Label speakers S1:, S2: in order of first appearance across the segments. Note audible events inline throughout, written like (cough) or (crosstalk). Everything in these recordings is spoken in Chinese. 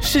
S1: 世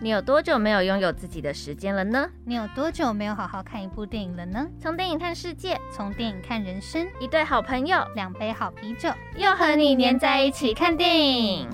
S2: 你有多久没有拥有自己的时间了呢？
S3: 你有多久没有好好看一部电影了呢？
S2: 从电影看世界，
S3: 从电影看人生，
S2: 一对好朋友
S3: 两杯好啤酒，
S2: 又和你黏在一起看电影。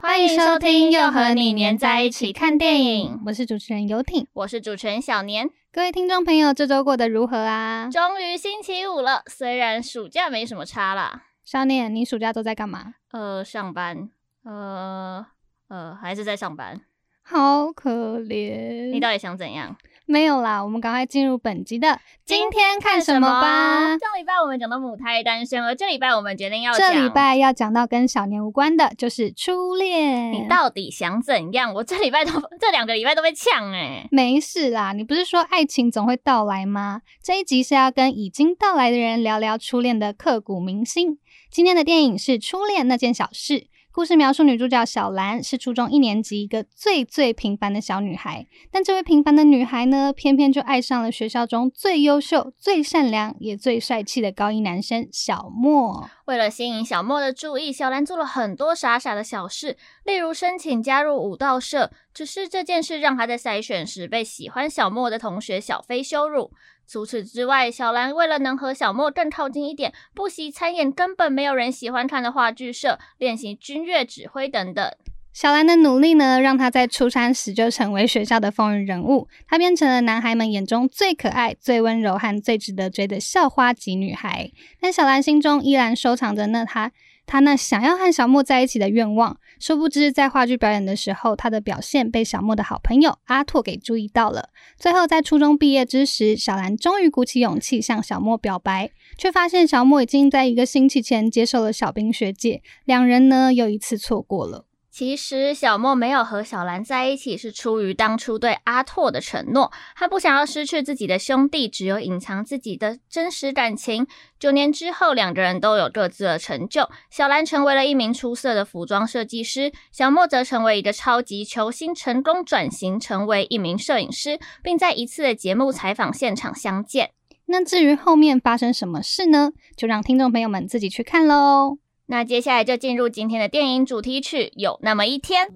S2: 欢迎收听《又和你黏在一起看电影》，
S3: 我是主持人游艇。
S2: 我是主持人小年。
S3: 各位听众朋友，这周过得如何啊？
S2: 终于星期五了，虽然暑假没什么差啦，
S3: 少年，你暑假都在干嘛？
S2: 呃，上班，呃呃，还是在上班。
S3: 好可怜，
S2: 你到底想怎样？
S3: 没有啦？我们赶快进入本集的今天看什么吧。
S2: 上礼拜我们讲到母胎单身，而这礼拜我们决定要讲
S3: 这礼拜要讲到跟小年无关的，就是初恋。
S2: 你到底想怎样？我这 (laughs) 礼拜都这两个礼拜都被呛哎、
S3: 没事啦，你不是说爱情总会到来吗？这一集是要跟已经到来的人聊聊初恋的刻骨铭心。今天的电影是《初恋那件小事》，故事描述女主角小兰是初中一年级一个最最平凡的小女孩，但这位平凡的女孩呢，偏偏就爱上了学校中最优秀、最善良也最帅气的高一男生小莫。
S2: 为了吸引小莫的注意，小兰做了很多傻傻的小事，例如申请加入武道社。只是这件事让她在筛选时被喜欢小莫的同学小飞羞辱。除此之外，小兰为了能和小莫更靠近一点，不惜参演根本没有人喜欢看的话剧社，练习军乐指挥等等。
S3: 小兰的努力呢，让她在初三时就成为学校的风云人物。她变成了男孩们眼中最可爱、最温柔和最值得追的校花级女孩。但小兰心中依然收藏着那她她那想要和小莫在一起的愿望。殊不知，在话剧表演的时候，她的表现被小莫的好朋友阿拓给注意到了。最后，在初中毕业之时，小兰终于鼓起勇气向小莫表白，却发现小莫已经在一个星期前接受了小冰学姐，两人呢又一次错过了。
S2: 其实小莫没有和小兰在一起，是出于当初对阿拓的承诺。他不想要失去自己的兄弟，只有隐藏自己的真实感情。九年之后，两个人都有各自的成就。小兰成为了一名出色的服装设计师，小莫则成为一个超级球星，成功转型成为一名摄影师，并在一次的节目采访现场相见。
S3: 那至于后面发生什么事呢，就让听众朋友们自己去看喽。
S2: 那接下来就进入今天的电影主题曲《有那么一天》。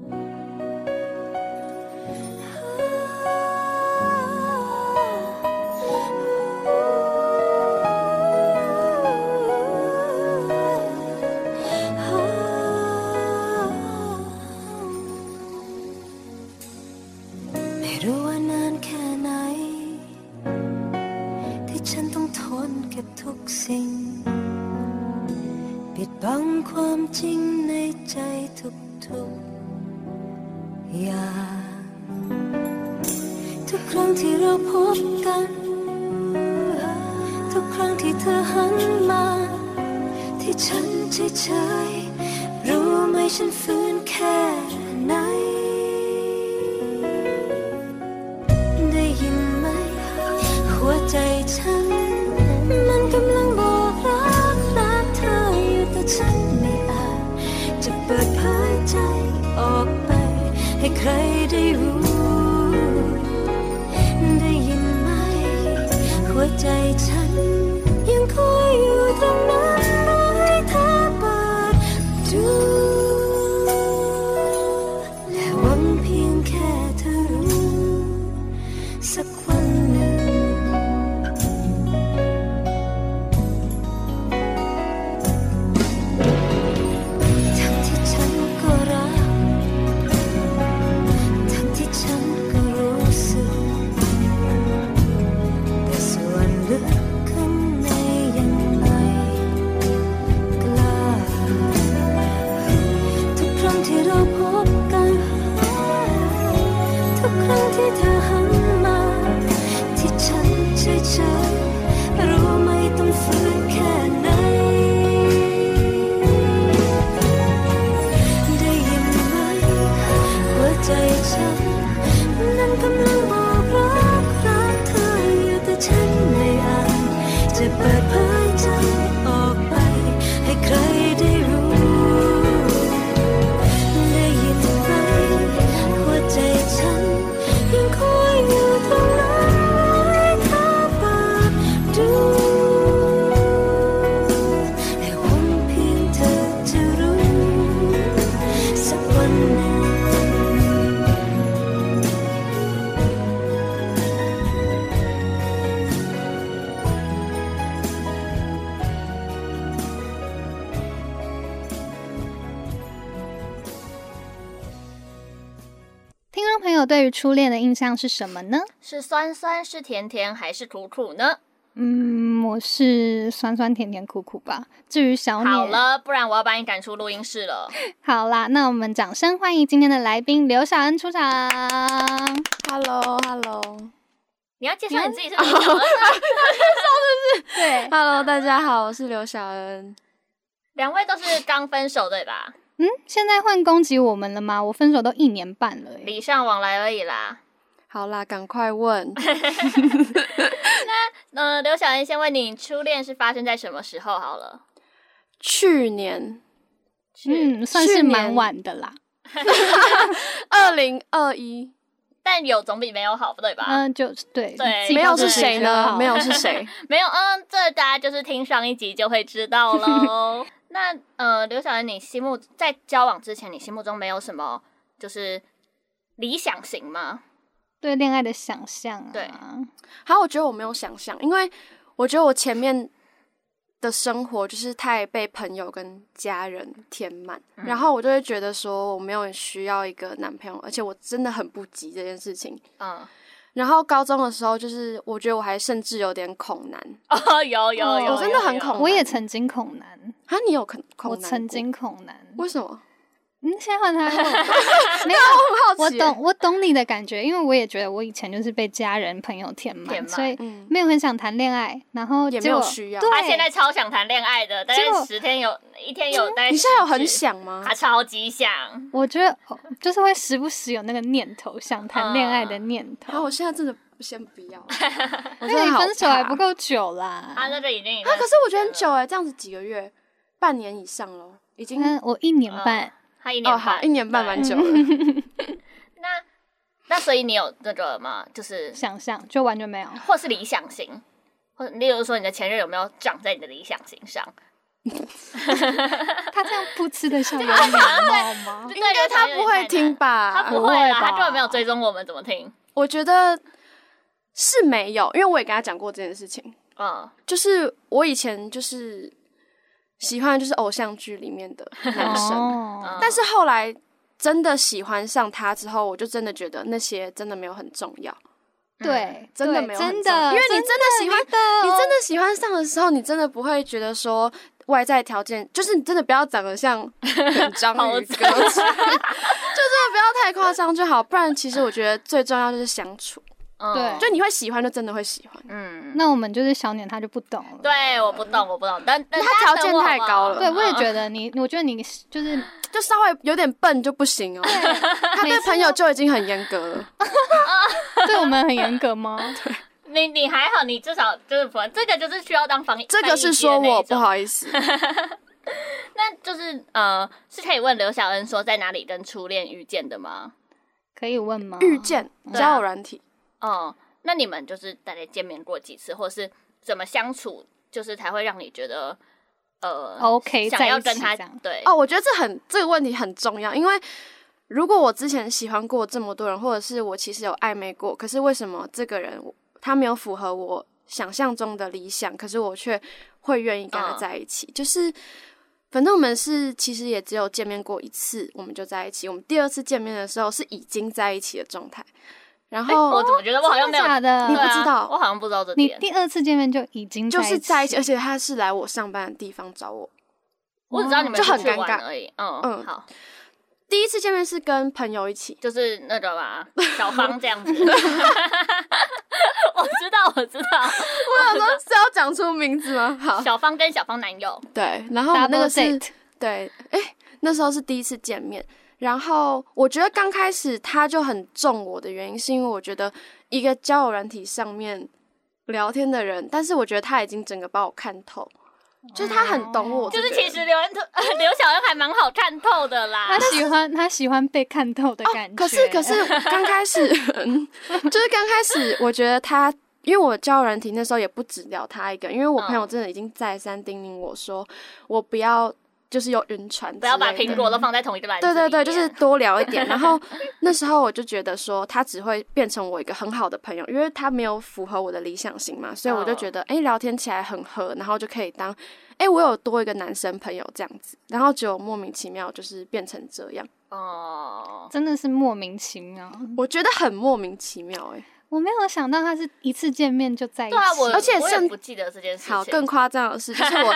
S4: ไม่รู้ว่านานแค่ไหน ที่ฉันต้องทนกับทุกสิ่ง ปิดบังความจริงในใจทุกๆอย่าง ทุกครั้งที่เราพบกัน ทุกครั้งที่เธอหันมา ที่ฉันเฉยๆรู้ไหมฉันฟื้นแค่ไหน ได้ยินไหม หัวใจฉัน มันกำลังบอกรักรักเธออยู่แต่ฉันไม่อาจ จะเปิดเผยใจออกไป ให้ใครได้รู้ ได้ยินไหม หัวใจฉัน ยังคอยอยู่ตรงนั้นรอให้เธอเปิดดู และหวังเพียงแค่เธอรู้ สักวันหนึ่ง ทั้งที่ฉันก็รัก ทั้งที่ฉันก็รู้สึก แต่ส่วนลึกข้าง
S3: 友对于初恋的印象是什么呢？
S2: 是酸酸，是甜甜，还是苦苦呢？
S3: 嗯，我是酸酸甜甜苦苦吧。至于小
S2: 好
S3: 脸，
S2: 了，不然我要把你赶出录音室 (laughs) 了。
S3: 好啦，那我们掌声欢迎今天的来宾刘小恩出场。
S4: Hello，Hello，Hello，
S2: 你要介绍你自己是哪个人啊？对，
S4: 大家好，我是刘小恩。
S2: 两位都是刚分手对吧？
S3: 嗯，现在换攻击我们了吗？我分手都一年半了耶、
S2: 礼尚往来而已啦。
S4: 好啦，赶快 (laughs) 问。
S2: 呃，刘小燕先问你，初恋是发生在什么时候？好了，
S4: 去年
S2: 嗯，
S3: 嗯，算是蛮晚的啦。
S4: 二零二一，
S2: 但有总比没有好，对吧？
S3: 嗯、就是对，
S2: 对
S3: 记
S4: 没有
S3: 得
S4: 是
S3: 就
S4: 谁呢
S3: 好？
S4: 没有是 (laughs) 谁？
S2: 没有，嗯，这大家就是听上一集就会知道 (laughs) 喽。那呃，刘小燕，你心目在交往之前，你心目中没有什么就是理想型吗？
S3: (laughs) 对恋爱的想象啊。
S2: 对
S4: 好，我觉得我没有想象，因为我觉得我前面的生活就是太被朋友跟家人填满，然后我就会觉得说我没有需要一个男朋友，而且我真的很不急这件事情。
S2: 嗯，
S4: 然后高中的时候，就是我觉得我还甚至有点恐男
S2: 哦，有有有
S3: 哦
S2: 有，
S3: 我真的
S4: 很
S2: 有
S4: 恐
S3: 我也曾经恐男，
S4: 啊，你有恐恐
S3: 我
S4: 男
S3: 曾
S4: 过
S3: 经恐男。(laughs)
S4: 为什么？
S3: 嗯，先换他
S4: (laughs)
S3: 问。没有，我
S4: 我很好奇，
S3: 懂，我懂你的感觉，因为我也觉得我以前就是被家人朋友填满，
S2: 填满
S3: 所以
S4: 嗯，
S3: 没有很想谈恋爱，然后
S4: 也没
S3: 结
S4: 有
S3: 果
S4: 需要啊
S3: 对，
S2: 他现在超想谈恋爱的，但
S3: 结果
S2: 是十天有一天有，但
S4: 嗯你现在有很，想啊吗
S2: 他？超级想，
S3: 我觉得哦就是会时不时有那个念头，想谈恋爱的念
S4: 啊，
S3: 头。
S4: 我现在真的先不要
S2: (laughs)
S4: 了，我
S3: 那
S4: 真
S3: 你
S4: 的好
S3: 分手还
S4: 怕
S3: 不够久啦？
S2: 他在这已经
S4: 啊，可是我觉得很久哎、这样子几个月，半年以上喽，已经
S3: 嗯，我一年半，
S2: 他一年
S4: 哦
S2: 半
S4: 好一年半蛮
S2: 对 (laughs)
S4: 久了。
S2: 那那所以你有那个吗？就是
S3: 想象就完全
S4: (laughs)
S3: 没有。
S2: 或是理想型，或例如说你的前任有没有长在你的理想型上？
S3: 他这样噗嗤的笑有礼貌
S4: (laughs)
S3: 吗？
S2: 对
S4: 应该他不会听，吧？
S2: 他不
S3: 不
S2: 会
S3: 会
S2: 啦，他
S3: 吧
S2: 根本没有追踪我们，怎么听？
S4: 我觉得是没有，因为我也跟他讲过这件事情。
S2: 嗯，
S4: 就是我以前就是喜欢就是偶像剧里面的男生，
S3: 哦，
S4: 但是后来真的喜欢上他之后，我就真的觉得那些真的没有很重要。
S2: 嗯
S3: 对，
S4: 真的
S3: 对
S4: 没有很
S3: 真
S4: 重
S3: 的，
S4: 要因为你真的喜欢
S3: 的哦
S4: 你真
S3: 的
S4: 的喜欢上的时候，你真的不会觉得说外在条件，就是你真的不要长得像章
S2: 好
S4: 鱼哥，就真
S2: 惨
S4: 的不要太夸张就好，不然其实我觉得最重要就是相处，
S2: 嗯
S3: 对
S4: 就你会喜欢就真的会喜欢。
S2: 嗯，
S3: 那我们就是小年，他就不懂了。
S2: 对，我不懂，我不懂，但但
S4: 他条件太高了
S3: 对，我也
S2: 得
S3: 觉得你，我觉得你就是
S4: 就稍微有点笨就不行哦。他对朋友就已经很严格了，
S3: 对我们很严格
S4: (laughs)
S3: 吗？
S2: 你你还好，你至少就是不这个就是需要当防，
S4: 这个是说我不好
S2: (laughs)
S4: 意思。
S2: 那就是呃，是可以问刘小恩说在哪里跟初恋遇见的吗？
S3: 可以问吗？
S4: 遇见
S2: 对啊
S4: 交友软体，
S2: 哦、那你们就是大概见面过几次，或是怎么相处，就是才会让你觉得呃
S3: OK，
S2: 想要
S3: 在
S2: 跟
S3: 一起
S2: 他
S3: 这样
S2: 对
S4: 哦，我觉得这很这个问题很重要，因为如果我之前喜欢过这么多人，或者是我其实有暧昧过，可是为什么这个人他没有符合我想象中的理想，可是我却会愿意跟他
S2: 嗯
S4: 在一起？就是反正我们是其实也只有见面过一次，我们就在一起。我们第二次见面的时候是已经在一起的状态，然
S2: 哎
S4: 后
S2: 我怎么觉得我好像
S3: 真
S2: 没
S3: 的
S2: 有？
S3: 假的？
S4: 你
S2: 对
S4: 不
S2: 啊
S4: 知道
S2: 我好像不知道这
S3: 你
S2: 点。
S3: 第二次见面就已经
S4: 就是在
S3: 在
S4: 一起，而且他是来我上班的地方找我。
S2: 我只知道你们
S4: 就
S2: 出
S4: 很
S2: 去
S4: 尴
S2: 玩
S4: 尬
S2: 而已。嗯
S4: 嗯
S2: 好，
S4: 第一次见面是跟朋友一起，
S2: 就是那个吧，小芳这样子。 (laughs) 我知道，我知道，
S4: (laughs) 我想说是要讲出名字 (laughs) 吗？好，
S2: 小芳跟小芳男友，
S4: 对，然后我们那
S3: double
S4: 个是
S3: date，
S4: 对，哎、那时候是第一次见面，然后我觉得刚开始他就很重我的原因，是因为我觉得一个交友软体上面聊天的人，但是我觉得他已经整个把我看透，哦就是他很懂我
S2: 就
S4: 这个
S2: 是
S4: 人，
S2: 其实刘恩 (laughs) 刘小恩还蛮好看透的啦
S4: (laughs)
S3: 他。喜欢他喜欢被看透的感觉。
S4: 哦可是可是
S2: (laughs)
S4: 刚开始，嗯就是刚开始，我觉得他，因为我交友软体那时候也不止聊他一个，因为我
S2: 嗯
S4: 朋友真的已经再三叮咛我说，我不要就是有晕船，
S2: 不要把苹果都。放在同一个篮子
S4: 对
S2: 里
S4: 对
S2: 面。
S4: 对，就是多聊一点。
S2: (laughs)
S4: 然后那时候我就觉得说，他只会变成我一个很好的朋友，因为他没有符合我的理想型嘛，所以我
S2: 嗯
S4: 就觉得，哎、聊天起来很合，然后就可以当，哎、我有多一个男生朋友这样子。然后结果莫名其妙就是变成这样。
S2: 哦，
S3: 真的是莫名其妙。
S4: 我觉得很莫名其妙哎、
S3: 我没有想到他是一次见面就在一起，
S2: 对啊，我
S4: 而且
S2: 我也
S4: 甚
S2: 不记得这件事情。
S4: 好，更夸张的是，就是
S2: (laughs)
S4: 我，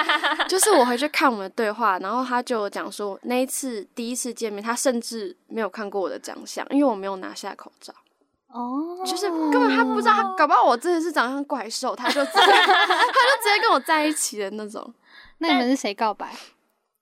S4: 就是我回去看我们的对话，然后他就讲说，那一次第一次见面，他甚至没有看过我的长相，因为我没有拿下口罩，
S3: 哦，
S4: 就是根本他不知道，他搞不好我真的是长相怪兽，他就
S2: (laughs)
S4: 直接他就直接跟我在一起的那种，
S3: 那你们是谁告
S2: (laughs)
S3: 白？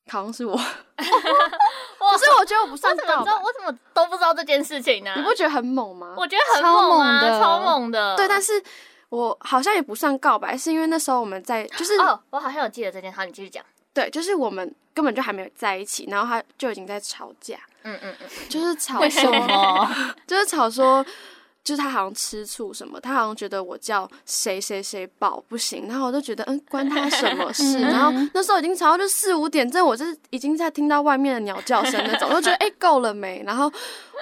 S4: 好像是我，可
S2: 哇，
S4: 是我觉得我不
S2: 我
S4: 算
S2: 怎么
S4: 告
S2: 知道？
S4: 白，
S2: 我怎么都不知道这件事情呢、
S4: 你不觉得很猛吗？
S2: 我觉得很猛啊，
S3: 超猛的
S2: 超猛的。
S4: 对，但
S2: 是
S4: 是我好像也不算告白，是因为那时候我们在就是
S2: 哦，我好像有记得这件，好，你继续讲。
S4: 对，就是我们根本就还没有在一起，然后他就已经在吵架，
S2: 嗯嗯嗯，
S4: 就是吵
S2: (laughs)
S4: 说，
S2: 么？
S4: 就是吵说，就是他好像吃醋什么，他好像觉得我叫谁谁谁宝不行，然后我就觉得嗯，关他什
S2: (laughs)
S4: 么事？
S3: 嗯
S4: 然后那时候已经吵到就四五点，这我就是已经在听到外面的鸟叫声那种，我就
S2: (laughs)
S4: 觉得哎、够了没？然后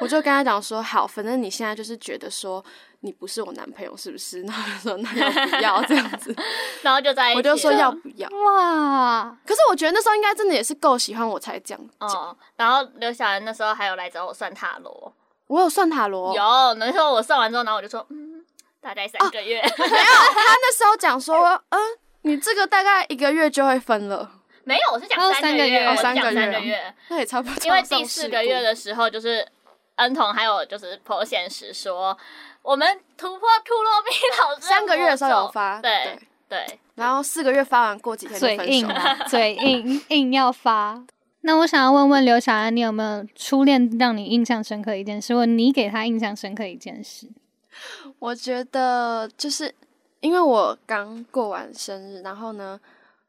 S4: 我就跟他讲说好，反正你现在就是觉得说你不是我男朋友是不是？然 (laughs) 后他说那要不要这样
S2: (laughs)
S4: 子？
S2: 然后就在一起了，
S4: 我就说要不要？
S3: 哇，
S4: 可是我觉得那时候应该真的也是够喜欢我才这样讲。
S2: 哦。然后刘小兰那时候还有来找我算塔罗，
S4: 我有算塔罗，
S2: 有，那时候我算完之后，然后我就说，嗯，大概三个月，
S4: 啊他那时候讲说，嗯，你这个大概一个月就会分了，
S2: (laughs) 没有，我是讲
S3: 哦
S2: 三个
S3: 三个月
S2: 我是
S4: 哦
S2: 讲
S4: 三个月
S2: 三个月，
S4: 那也差不多。
S2: 因为第四个月，的时候就是。恩童还有就是婆显示说，我们突破库洛米老师的
S4: 三个月的时候有
S2: 魔咒
S4: 发，
S2: 对，对，
S4: 然后四个月发完，过几天
S3: 嘴
S4: 就分
S3: 硬
S4: 手。
S3: 啊，嘴硬，硬要发。那我想要问问刘小安，你有没有初恋让你印象深刻一件事，或你给他印象深刻一件事？
S4: 我觉得就是因为我刚过完生日，然后呢，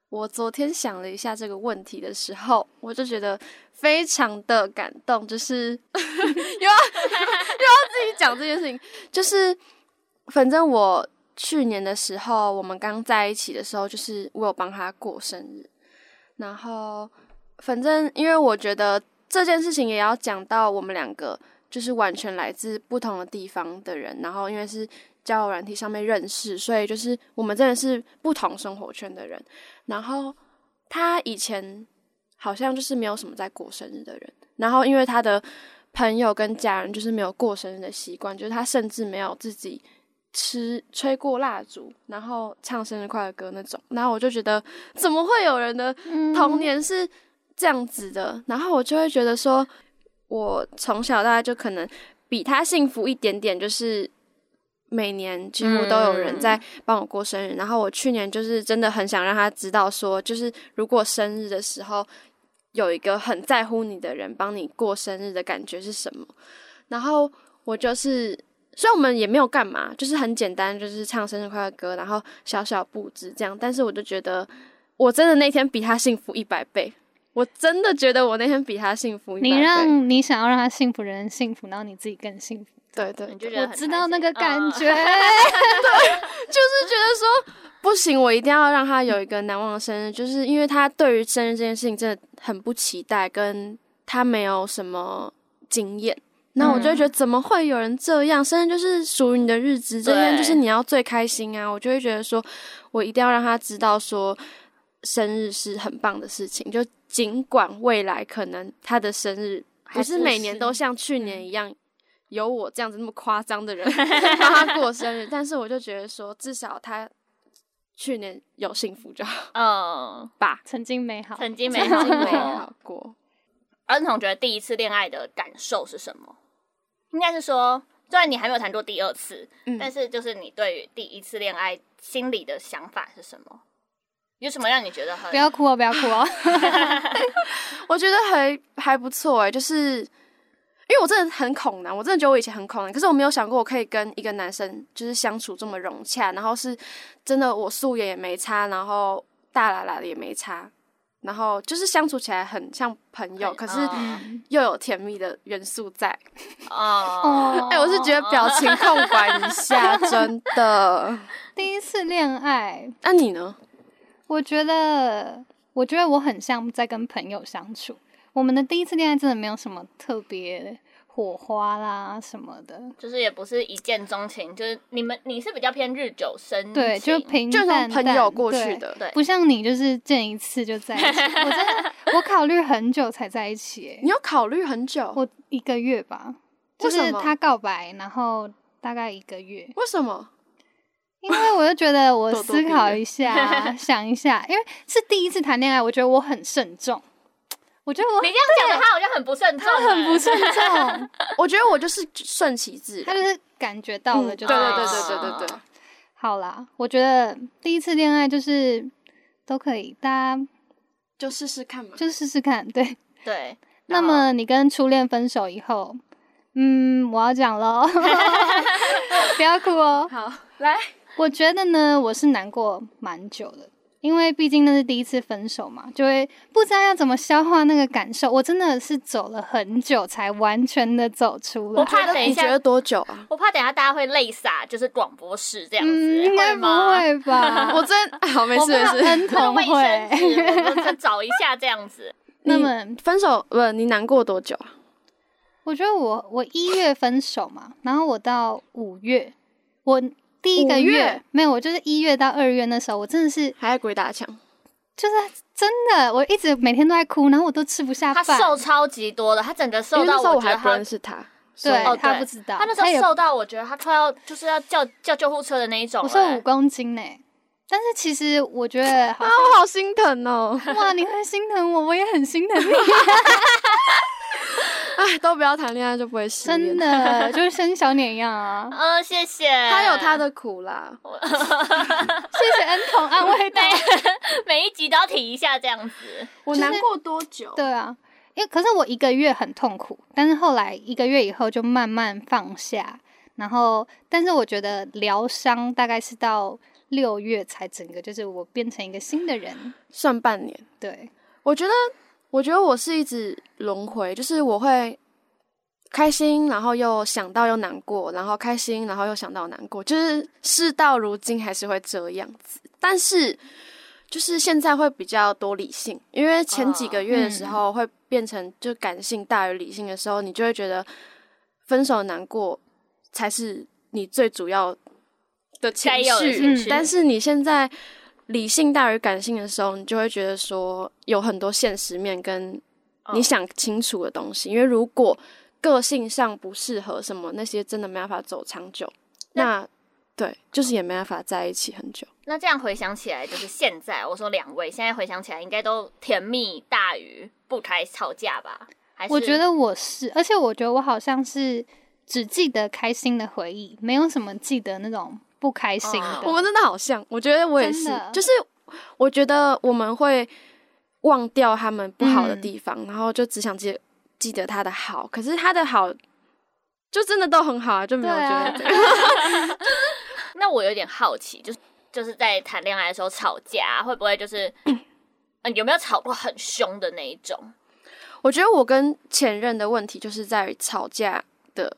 S4: 我昨天想了一下这个问题的时候，我就觉得非常的感动，就是 (laughs) 又要又要自己讲这件事情，就是反正我去年的时候，我们刚在一起的时候，就是我有帮他过生日，然后反正因为我觉得这件事情也要讲到我们两个就是完全来自不同的地方的人，然后因为是交友软体上面认识，所以就是我们真的是不同生活圈的人。然后他以前好像就是没有什么在过生日的人，然后因为他的朋友跟家人就是没有过生日的习惯，就是他甚至没有自己吃吹过蜡烛，然后唱生日快乐歌那种。然后我就觉得，怎么会有人的童年是这样子的？然后我就会觉得说，我从小到大就可能比他幸福一点点，就是。每年几乎都有人在帮我过生日，然后我去年就是真的很想让他知道说就是如果生日的时候有一个很在乎你的人帮你过生日的感觉是什么。然后我就是，虽然我们也没有干嘛，就是很简单，就是唱生日快乐歌，然后小小布置这样。但是我就觉得，我真的那天比他幸福一百倍，我真的觉得我那天比他幸福一百倍。
S3: 你让你想要让他幸福的人幸福，然后你自己更幸福。
S4: 对对
S2: 你就觉得
S3: 我
S2: 很
S3: 知
S2: 开
S3: 道
S2: 心
S3: 那个感觉，
S2: 嗯
S4: 就是觉得说不行，我一定要让他有一个难忘的生日，就是因为他对于生日这件事情真的很不期待，跟他没有什么经验。那我就会觉得怎么会有人这样？生日就是属于你的日子，这天就是你要最开心啊！我就会觉得说，我一定要让他知道说，生日是很棒的事情。就尽管未来可能他的生日不是每年都像去年一样有我这样子那么夸张的人帮他过生日，但是我就觉得说，至少他去年有幸福就好
S2: 嗯，
S4: 吧，
S3: 曾经美好。
S2: 曾经没
S4: 曾
S2: 好
S4: 经没
S2: 过。
S4: 好过。
S2: 恩童觉得第一次恋爱的感受是什么？应该是说，虽然你还没有谈过第二次，
S4: 嗯
S2: 但是就是你对于第一次恋爱心里的想法是什么？有什么让你觉得很
S3: 不要哭哦，不要哭哦。
S4: 我觉得还还不错哎、就是因为我真的很恐男，我真的觉得我以前很恐男，可是我没有想过我可以跟一个男生就是相处这么融洽，然后是真的我素颜也没差，然后大喇喇的也没差，然后就是相处起来很像朋友，可是
S3: 哦
S2: 嗯
S3: (laughs)
S4: 又有甜蜜的元素在。
S2: 哦，
S4: 哎、我是觉得表情控管一下，真的。
S3: 第一次恋爱，
S4: 那你呢？
S3: 我觉得，我觉得我很像在跟朋友相处。我们的第一次恋爱真的没有什么特别火花啦什么的。
S2: 就是也不是一见钟情，就是你们你是比较偏日久生情，
S3: 对，就平
S4: 就是
S3: 淡
S4: 从朋友
S3: 淡
S4: 过去
S3: 对
S4: 的，
S2: 对
S3: 不像你就是见一次就在一起。我真的，我考虑很久才在一起、欸，
S4: 你有考虑很久？
S3: 我一个月吧，就
S4: 为什
S3: 是
S4: 么
S3: 他告白，然后大概一个月，
S4: 为什么？
S3: 因为我就觉
S4: (laughs)
S3: 得我
S4: 咄咄
S3: 思
S4: 逼
S3: 考
S4: 人
S3: 一下，啊
S4: (laughs)
S3: 想一下，因为是第一次谈恋爱，我觉得我很慎重，我觉得我
S2: 你这样讲的他好像很不慎重、
S3: 他很不
S2: 欸
S3: 慎
S4: (laughs)
S3: 重，
S4: 我觉得我就是顺其自
S3: 他
S4: 然。
S3: 就是感觉到了
S4: 嗯
S3: 就
S4: 对
S3: 在
S4: 对
S3: 一
S4: 对
S3: 起
S4: 对对对对，
S3: 好啦，我觉得第一次恋爱就是都可以，大家
S4: 就试试看嘛。
S3: 就试试看，对。
S4: (laughs)
S2: 对。
S3: 那么你跟初恋分手以后，嗯，我要讲
S4: (laughs)
S3: 喽，不要哭哦。
S4: 好，来，
S3: 我觉得呢，我是难过蛮久的，因为毕竟那是第一次分手嘛，就会不知道要怎么消化那个感受。我真的是走了很久才完全的走出来
S2: 我。怕等一
S4: 你
S2: 下
S4: 觉得多久
S2: (laughs)
S4: 啊？
S2: 我怕等一下大家会累傻，就是广播室这样子、
S3: 嗯，应该
S2: 会
S3: 不
S2: 吗？
S3: 会
S2: (laughs)
S3: 吧？
S4: 我真哎好，没
S3: 我
S4: 事没
S3: 怕
S4: 事。
S3: 恩
S2: 那个
S3: 童
S2: 卫生
S3: 会。
S2: 纸，我们找一下这样子。
S3: 那
S4: 你
S3: 么
S4: 分手不？你难过多久啊？
S3: 我觉得我我一月分手嘛，然后我到五月，我第一个
S4: 五
S3: 月
S4: 月
S3: 没有，我就是一月到二月那时候，我真的是
S4: 还在鬼打墙？
S3: 就是真的，我一直每天都在哭，然后我都吃不下
S2: 他
S3: 饭。
S2: 瘦超级多的，他整个
S4: 因
S2: 瘦
S4: 为那
S2: 到
S4: 时候
S2: 我
S4: 我
S2: 觉得
S4: 还不
S2: 他
S4: 认，识他，所以啊
S3: 对、
S2: 哦
S3: 他
S2: 对
S3: 不知道，
S2: 他那时候
S3: 也
S2: 瘦到我觉得他快要就是要叫叫救护车的那一种、
S3: 我瘦
S2: 哎
S3: 五公斤呢、但是其实我觉得好 (laughs)
S4: 啊，我好心疼哦！ (laughs)
S3: 像，哇，你会心疼我，我也很心
S2: (laughs)
S3: 疼你，
S4: 哎，都不要谈恋爱就不会失
S3: 真
S4: 恋。
S3: 的就是生小鸟一样啊！
S2: (laughs) 呃，谢谢。
S4: 他有他的苦啦，
S3: 谢谢恩童啊安慰大家。
S2: 每一集都要提一下这样子。
S4: 我难过多久？
S3: 对啊，因为可是我一个月很痛苦，但是后来一个月以后就慢慢放下，然后但是我觉得疗伤大概是到六月才整个就是我变成一个新的人，
S4: 算半年。
S3: 对，
S4: 我觉得，我觉得我是一直轮回，就是我会开心，然后又想到又难过，然后开心，然后又想到难过，就是事到如今还是会这样子。但是，就是现在会比较多理性，因为前几个月的时候会变成就感性大于理性的时候，你就会觉得分手难过才是你最主要的情
S2: 该
S4: 绪，嗯
S2: 有的情绪
S4: 但是你现在理性大于感性的时候，你就会觉得说有很多现实面
S2: 嗯
S4: 跟你想清楚的东西，因为如果个性上不适合什么，那些真的没办法走长久。那对，就是也没办法在一起很久。
S2: 那这样回想起来，就是现在我说两位，现在回想起来应该都甜蜜大于不开吵架吧？还是
S3: 我觉得我是，而且我觉得我好像是只记得开心的回忆，没有什么记得那种不开心的。
S2: 哦
S4: 我们真的好像，我觉得我也是
S3: 真的，
S4: 就是我觉得我们会忘掉他们不
S3: 嗯
S4: 好的地方，然后就只想记记得他的好。可是他的好，就真的都很好啊，就没有
S3: 对
S4: 觉
S3: 啊
S4: 得怎样。
S2: 那我有点好奇，就是就是在谈恋爱的时候吵架，啊会不会就是、呃有没有吵过很凶的那一种？
S4: 我觉得我跟前任的问题就是在于吵架的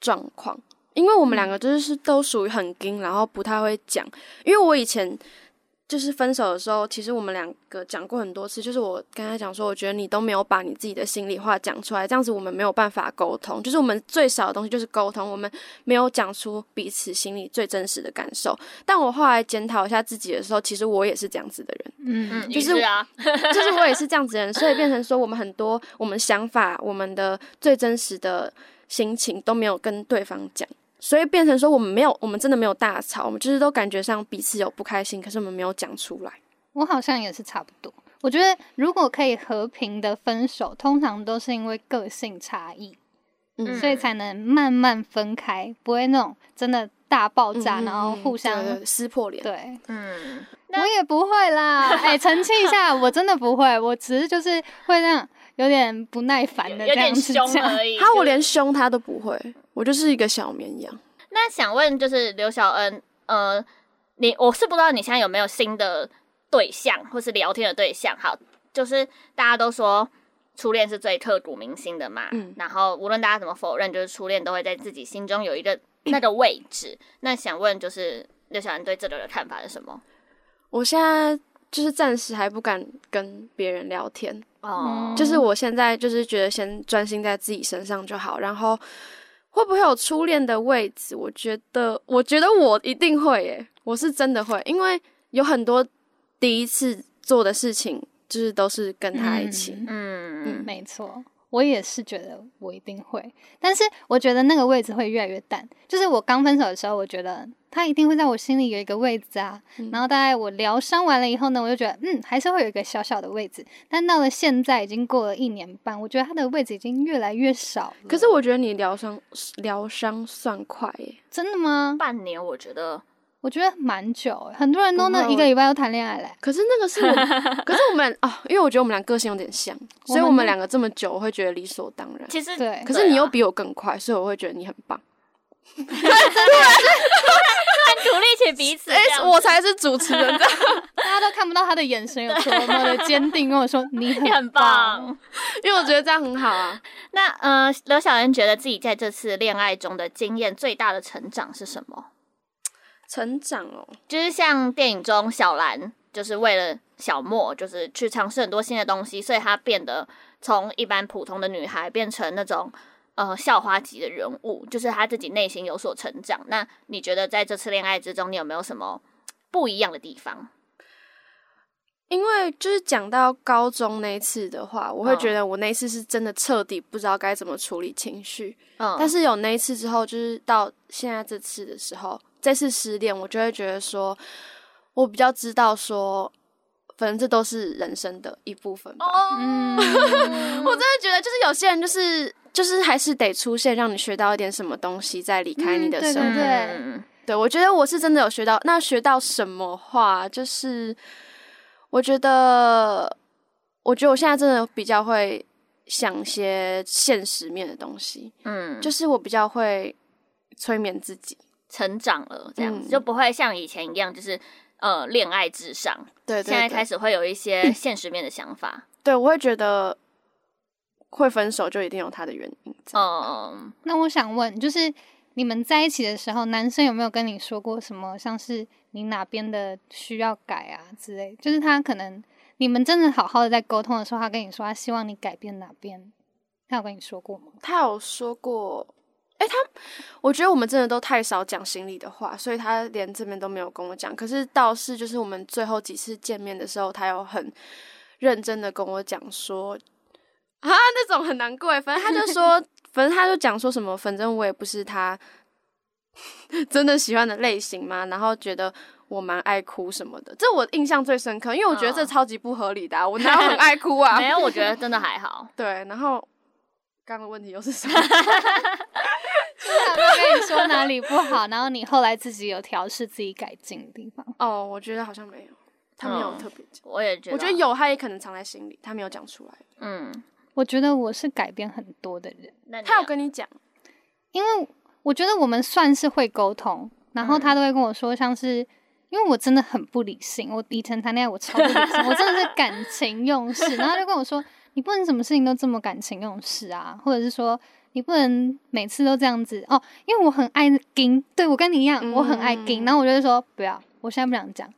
S4: 状况，因为我们两个就是都属于很硬，然后不太会讲。因为我以前就是分手的时候，其实我们两个讲过很多次，就是我跟他讲说，我觉得你都没有把你自己的心里话讲出来，这样子我们没有办法沟通。就是我们最少的东西就是沟通，我们没有讲出彼此心里最真实的感受。但我后来检讨一下自己的时候，其实我也是这样子的人。
S3: 嗯，
S2: 嗯，
S4: 就
S2: 于
S4: 是
S2: 是啊，
S4: 就是我也是这样子的人，所以变成说我们很多我们想法、我们的最真实的心情都没有跟对方讲，所以变成说我们没有，我们真的没有大吵，我们就是都感觉上彼此有不开心，可是我们没有讲出来。
S3: 我好像也是差不多。我觉得如果可以和平的分手，通常都是因为个性差异，
S4: 嗯
S3: 所以才能慢慢分开，不会那种真的大爆炸，
S4: 嗯
S3: 然后
S4: 嗯
S3: 互相
S4: 对对撕破脸。
S3: 对
S2: 嗯，
S3: 我也不会啦，哎、澄清一下，我真的不会，我只是就是会这样有点不耐烦
S2: 有
S3: 的
S2: 有
S3: 这样
S2: 点
S3: 子
S2: 凶
S4: 啊
S3: 讲。
S4: (laughs)
S2: 而已。
S4: 他
S2: 就
S4: 我
S2: 是
S4: 连凶他都不会，我就是一个小绵羊。
S2: 那想问就是刘小恩，呃，你我是不知道你现在有没有新的对象或是聊天的对象。好，就是大家都说初恋是最刻骨铭心的嘛，
S4: 嗯
S2: 然后无论大家怎么否认，就是初恋都会在自己心中有一个那个位置。那想问就是刘小恩对这个的看法是什么？
S4: 我现在就是暂时还不敢跟别人聊天，
S2: 哦，
S4: 就是我现在就是觉得先专心在自己身上就好，然后会不会有初恋的位置？我觉得，我觉得我一定会耶，我是真的会，因为有很多第一次做的事情，就是都是跟他一起。
S3: 嗯
S2: 嗯，
S3: 没错，我也是觉得我一定会，但是我觉得那个位置会越来越淡。就是我刚分手的时候，我觉得他一定会在我心里有一个位置啊。
S4: 嗯
S3: 然后大概我疗伤完了以后呢，我就觉得嗯，还是会有一个小小的位置。但到了现在，已经过了一年半，我觉得他的位置已经越来越少了。
S4: 可是我觉得你疗伤疗伤算快耶，
S3: 真的吗？
S2: 半年我觉得
S3: 我觉得蛮久欸，很多人都那
S4: 不会
S3: 一个礼拜都谈恋爱嘞、
S4: 可是那个是我，可是我们哦，因为我觉得我们俩个性有点像，所以
S3: 我们
S4: 我们两个这么久，我会觉得理所当然。
S2: 其实
S3: 对
S4: 可是你又
S2: 对啊
S4: 比我更快，所以我会觉得你很棒。
S2: 很鼓励起彼此这
S4: 哎、
S2: 样子，
S4: 我才是主持人，这样
S3: (laughs) 大家都看不到他的眼神有多么的坚定，跟我说你
S2: 你很
S3: (laughs) 很棒。
S2: 棒。
S4: 因为我觉得这样很好啊。
S2: 那呃，刘晓恩觉得自己在这次恋爱中的经验最大的成长是什么？
S4: 成长哦，
S2: 就是像电影中小兰，就是为了小莫，就是去尝试很多新的东西，所以她变得从一般普通的女孩变成那种呃校花级的人物，就是她自己内心有所成长。那你觉得在这次恋爱之中，你有没有什么不一样的地方？
S4: 因为就是讲到高中那一次的话，我会
S2: 嗯
S4: 觉得我那一次是真的彻底不知道该怎么处理情绪。
S2: 嗯，
S4: 但是有那一次之后，就是到现在这次的时候，这次失恋，我就会觉得说，我比较知道说，反正这都是人生的一部分吧。
S2: 哦，
S3: 嗯，
S4: (laughs) 我真的觉得，就是有些人就是就是还是得出现，让你学到一点什么东西，再离开你的
S3: 嗯
S4: 生活。
S3: 对
S2: 嗯
S4: 对，我觉得我是真的有学到。那学到什么话？就是我觉得，我觉得我现在真的比较会想一些现实面的东西，
S2: 嗯，就
S4: 就是我比较会催眠自己。
S2: 成长了，这样子、
S4: 嗯
S2: 就不会像以前一样，就是呃恋爱至上。
S4: 对
S2: 现
S4: 对
S2: 在开
S4: 始，
S2: 始会有一些现实面的想法。
S4: (laughs) 对我会觉得会分手就一定有它的原因。嗯，
S2: 嗯，
S3: 那我想问，就是你们在一起的时候，男生有没有跟你说过什么，像是你哪边的需要改啊之类？就是他可能你们真的好好的在沟通的时候，他跟你说他希望你改变哪边，他有跟你说过吗？
S4: 他有说过。哎、他，我觉得我们真的都太少讲心里的话，所以他连这边都没有跟我讲。可是倒是就是我们最后几次见面的时候，他有很认真的跟我讲说，啊，那种很难过耶。反正他就说，反正他就讲说什么，反正我也不是他 (laughs) 真的喜欢的类型嘛。然后觉得我蛮爱哭什么的，这我印象最深刻，因为我觉得这
S2: 嗯
S4: 超级不合理的、啊，我哪有很爱哭 (laughs) 啊？
S2: (laughs) 没有，我觉得真的还好。
S4: 对，然后刚刚的问题又是什么？
S3: (laughs) 他有没有跟你说哪里不好，然后你后来自己有调试自己改进的地方？
S4: 哦，我觉得好像没有，他没有
S2: 嗯
S4: 特别讲。
S2: 我也觉得，哦
S4: 我觉得，有，他也可能藏在心里，他没有讲出来。
S2: 嗯，
S3: 我觉得我是改变很多的人。
S2: 那你
S4: 他有跟你讲，
S3: 因为我觉得我们算是会沟通，然后
S2: 嗯
S3: 他都会跟我说，像是、因为我真的很不理性，我以前谈恋爱我超不理性，我真的是感情用事，然后他就跟我说，你不能什么事情都这么感情用事啊，或者是说。你不能每次都这样子哦，因为我很爱盯，对我跟你一样，我很爱盯。
S4: 嗯
S3: 然后我就会说不要，我现在不想讲。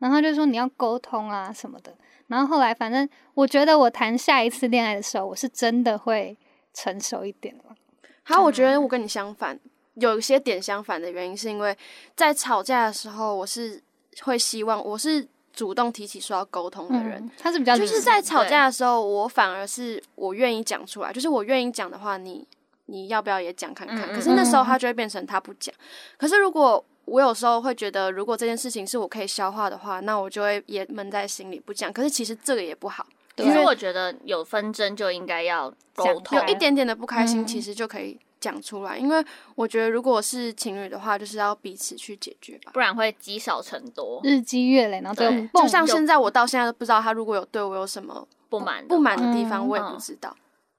S3: 然后他就说你要沟通啊什么的。然后后来反正我觉得我谈下一次恋爱的时候，我是真的会成熟一点了。
S4: 好，我觉得我跟你相反，有一些点相反的原因是因为在吵架的时候，我是会希望我是主动提起说要沟通的人。
S3: 嗯，他是比较
S4: 就
S3: 理
S4: 是
S3: 性
S4: 在吵架的时候，我反而是我愿意讲出来，就是我愿意讲的话，你你要不要也讲看看？
S2: 嗯嗯
S4: 可是那时候他就会变成他不讲。可是如果我有时候会觉得，如果这件事情是我可以消化的话，那我就会也闷在心里不讲。可是其实这个也不好，
S2: 其实
S4: 因为
S2: 我觉得有纷争就应该要沟通
S4: 有，一点点的不开心，
S3: 嗯
S4: 其实就可以讲出来。因为我觉得，如果是情侣的话，就是要彼此去解决吧。
S2: 不然会积少成多，
S4: 嗯
S3: 日积月累，然后最后
S2: 对
S3: 蹦
S4: 就像
S2: 就
S4: 现在，我到现在都不知道他如果有对我有什么
S2: 不满
S4: 不满
S2: 的话
S4: 的地
S3: 嗯
S4: 方，我也不
S2: 嗯
S4: 知道。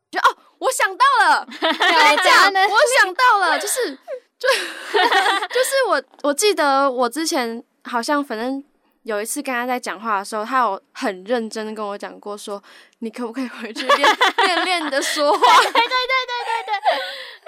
S4: 就哦，我想到了，
S3: 吵架呢，
S4: 我想到了，就是就 (laughs) 就是我我记得我之前好像反正有一次跟他在讲话的时候，他有很认真的跟我讲过说，你可不可以回去练练练的说话，
S2: (laughs)
S4: (laughs)
S2: 因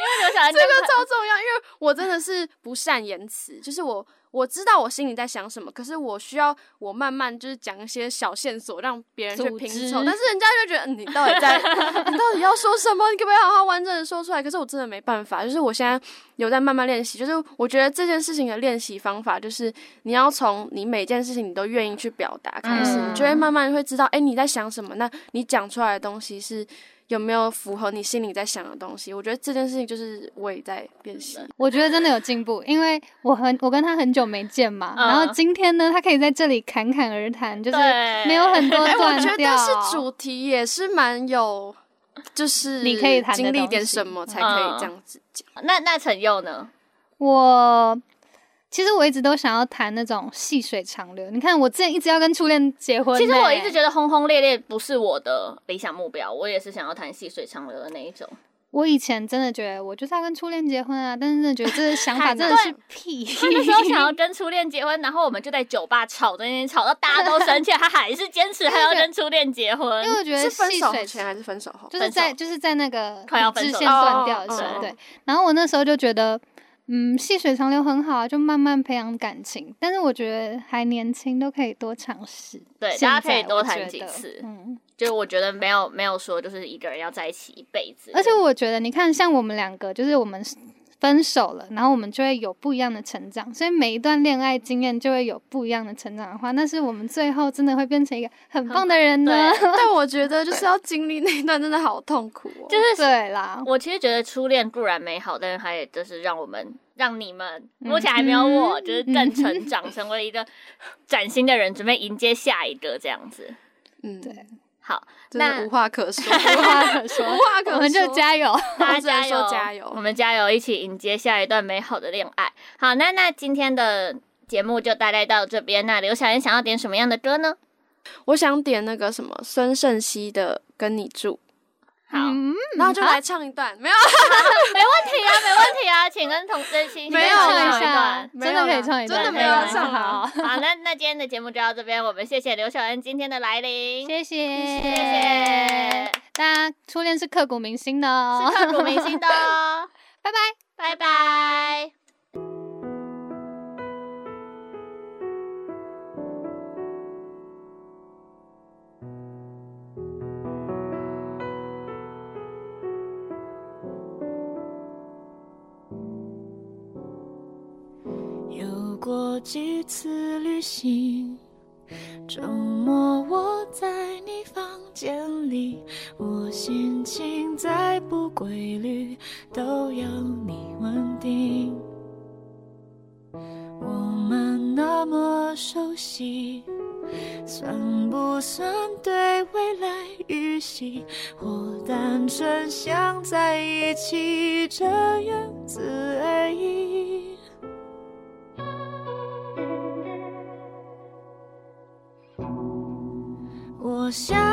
S2: 为刘晓恩
S4: 这个超重要，因为我真的是不善言辞，就是我我知道我心里在想什么，可是我需要我慢慢就是讲一些小线索，让别人去
S2: 组
S4: 拼
S2: 织
S4: 凑。但是人家就觉得、嗯、你到 (laughs) 底在，你到底要说什么？你可不可以好好完整的说出来？可是我真的没办法，就是我现在有在慢慢练习，就是我觉得这件事情的练习方法就是你要从你每件事情你都愿意去表达开始，
S2: 嗯
S4: 你就会慢慢会知道，哎、你在想什么？那你讲出来的东西是。有没有符合你心里在想的东西？我觉得这件事情就是我也在练习。
S3: 我觉得真的有进步，因为我很我跟他很久没见嘛，
S2: 嗯
S3: 然后今天呢，他可以在这里侃侃而谈，就是
S2: 对
S3: 没有很多
S4: 哎、 (laughs) 我
S3: 断
S4: 觉
S3: 掉。
S4: 得是主题也是蛮有，就是
S3: 你可以谈的
S4: 经历
S3: 东
S4: 点
S3: 西
S4: 什么才可以
S2: 嗯
S4: 这样子讲。
S2: 那那陈佑呢？
S3: 我其实我一直都想要谈那种细水长流。你看，我之前一直要跟初恋结婚呢、
S2: 其实我一直觉得轰轰烈烈不是我的理想目标，我也是想要谈细水长流的那一种。
S3: 我以前真的觉得我就是要跟初恋结婚啊，但是真的觉得这个想法
S2: 太
S3: 真
S2: 难
S3: 的是屁。
S2: 他那时候想要跟初恋结婚，然后我们就在酒吧吵在那边吵到大家都生气，他还是坚持他要跟初恋结婚
S3: 因。为我觉得
S4: 嗯 (laughs) 是分
S3: 细
S4: 手
S3: 水
S4: 前还是分手后？
S3: 就是在
S2: 分手
S3: 就是在那个
S2: 快要分手
S3: 支
S2: 的
S3: 线
S4: 时候
S3: 断掉的时
S4: 哦哦
S3: 候，
S4: 哦
S3: 对。然后我那时候就觉得，嗯，细水长流很好啊，就慢慢培养感情。但是我觉得还年轻，都可以多尝试。
S2: 对
S3: 现
S2: 大家可以
S3: 在
S2: 多
S3: 我
S2: 谈
S3: 觉
S2: 几
S3: 得
S2: 次
S3: 嗯，
S2: 就是我觉得没有没有说就是一个人要在一起一辈子，
S3: 而且我觉得，你看，像我们两个，就是我们分手了，然后我们就会有不一样的成长。所以每一段恋爱经验就会有不一样的成长的话，那是我们最后真的会变成一个很棒的人呢。
S2: 对
S4: (laughs) 但我觉得就是要经历那一段真的好痛苦哦。
S2: 就是
S3: 对啦，
S2: 我其实觉得初恋固然美好，但是它也就是让我们让你们目前还没有
S3: 嗯
S2: 我，就是更成长，成为一个崭新的人，准备迎接下一个这样子。
S4: 嗯，
S3: 对，
S2: 好，
S4: 真的
S2: 那
S4: 无话可 (laughs) 说，
S3: 无话可说，
S4: 无话可说。
S3: 我们就加油。
S2: 大
S4: 我只
S2: 家
S4: 能
S2: 加
S4: 说
S2: 油，
S4: 加油
S2: 我们加油，一起迎接下一段美好的恋爱。好，那那今天的节目就大概到这边。那刘小妍想要点什么样的歌呢？
S4: 我想点那个什么孙盛熙的《跟你住
S2: 好，
S3: 嗯
S2: (laughs) 没问》，
S4: 然后就来唱一段，没有？
S2: 题啊，没问题啊，请跟同真心
S4: 没有
S2: 唱一
S4: 啦
S3: 唱一下 (laughs)
S2: 段。，
S4: 没
S3: 真
S4: 有
S3: 的可以
S4: 啦
S3: 唱一段，
S4: 真的没
S2: 有
S3: 可以
S2: 唱
S4: 啊
S3: 好，
S2: 好，那那今天的节目就到这边，我们谢谢刘小恩今天的来临，
S3: 谢谢，
S2: 谢谢，
S3: 大家初恋是刻骨铭心的哦
S2: 是，刻骨铭心的哦，
S3: 拜拜。
S2: 拜拜。
S5: 有过几次旅行，周末窝在你房间里，我心情再不规律，都要你稳定。我们那么熟悉，算不算对未来预习？或单纯想在一起，这样子而已。我想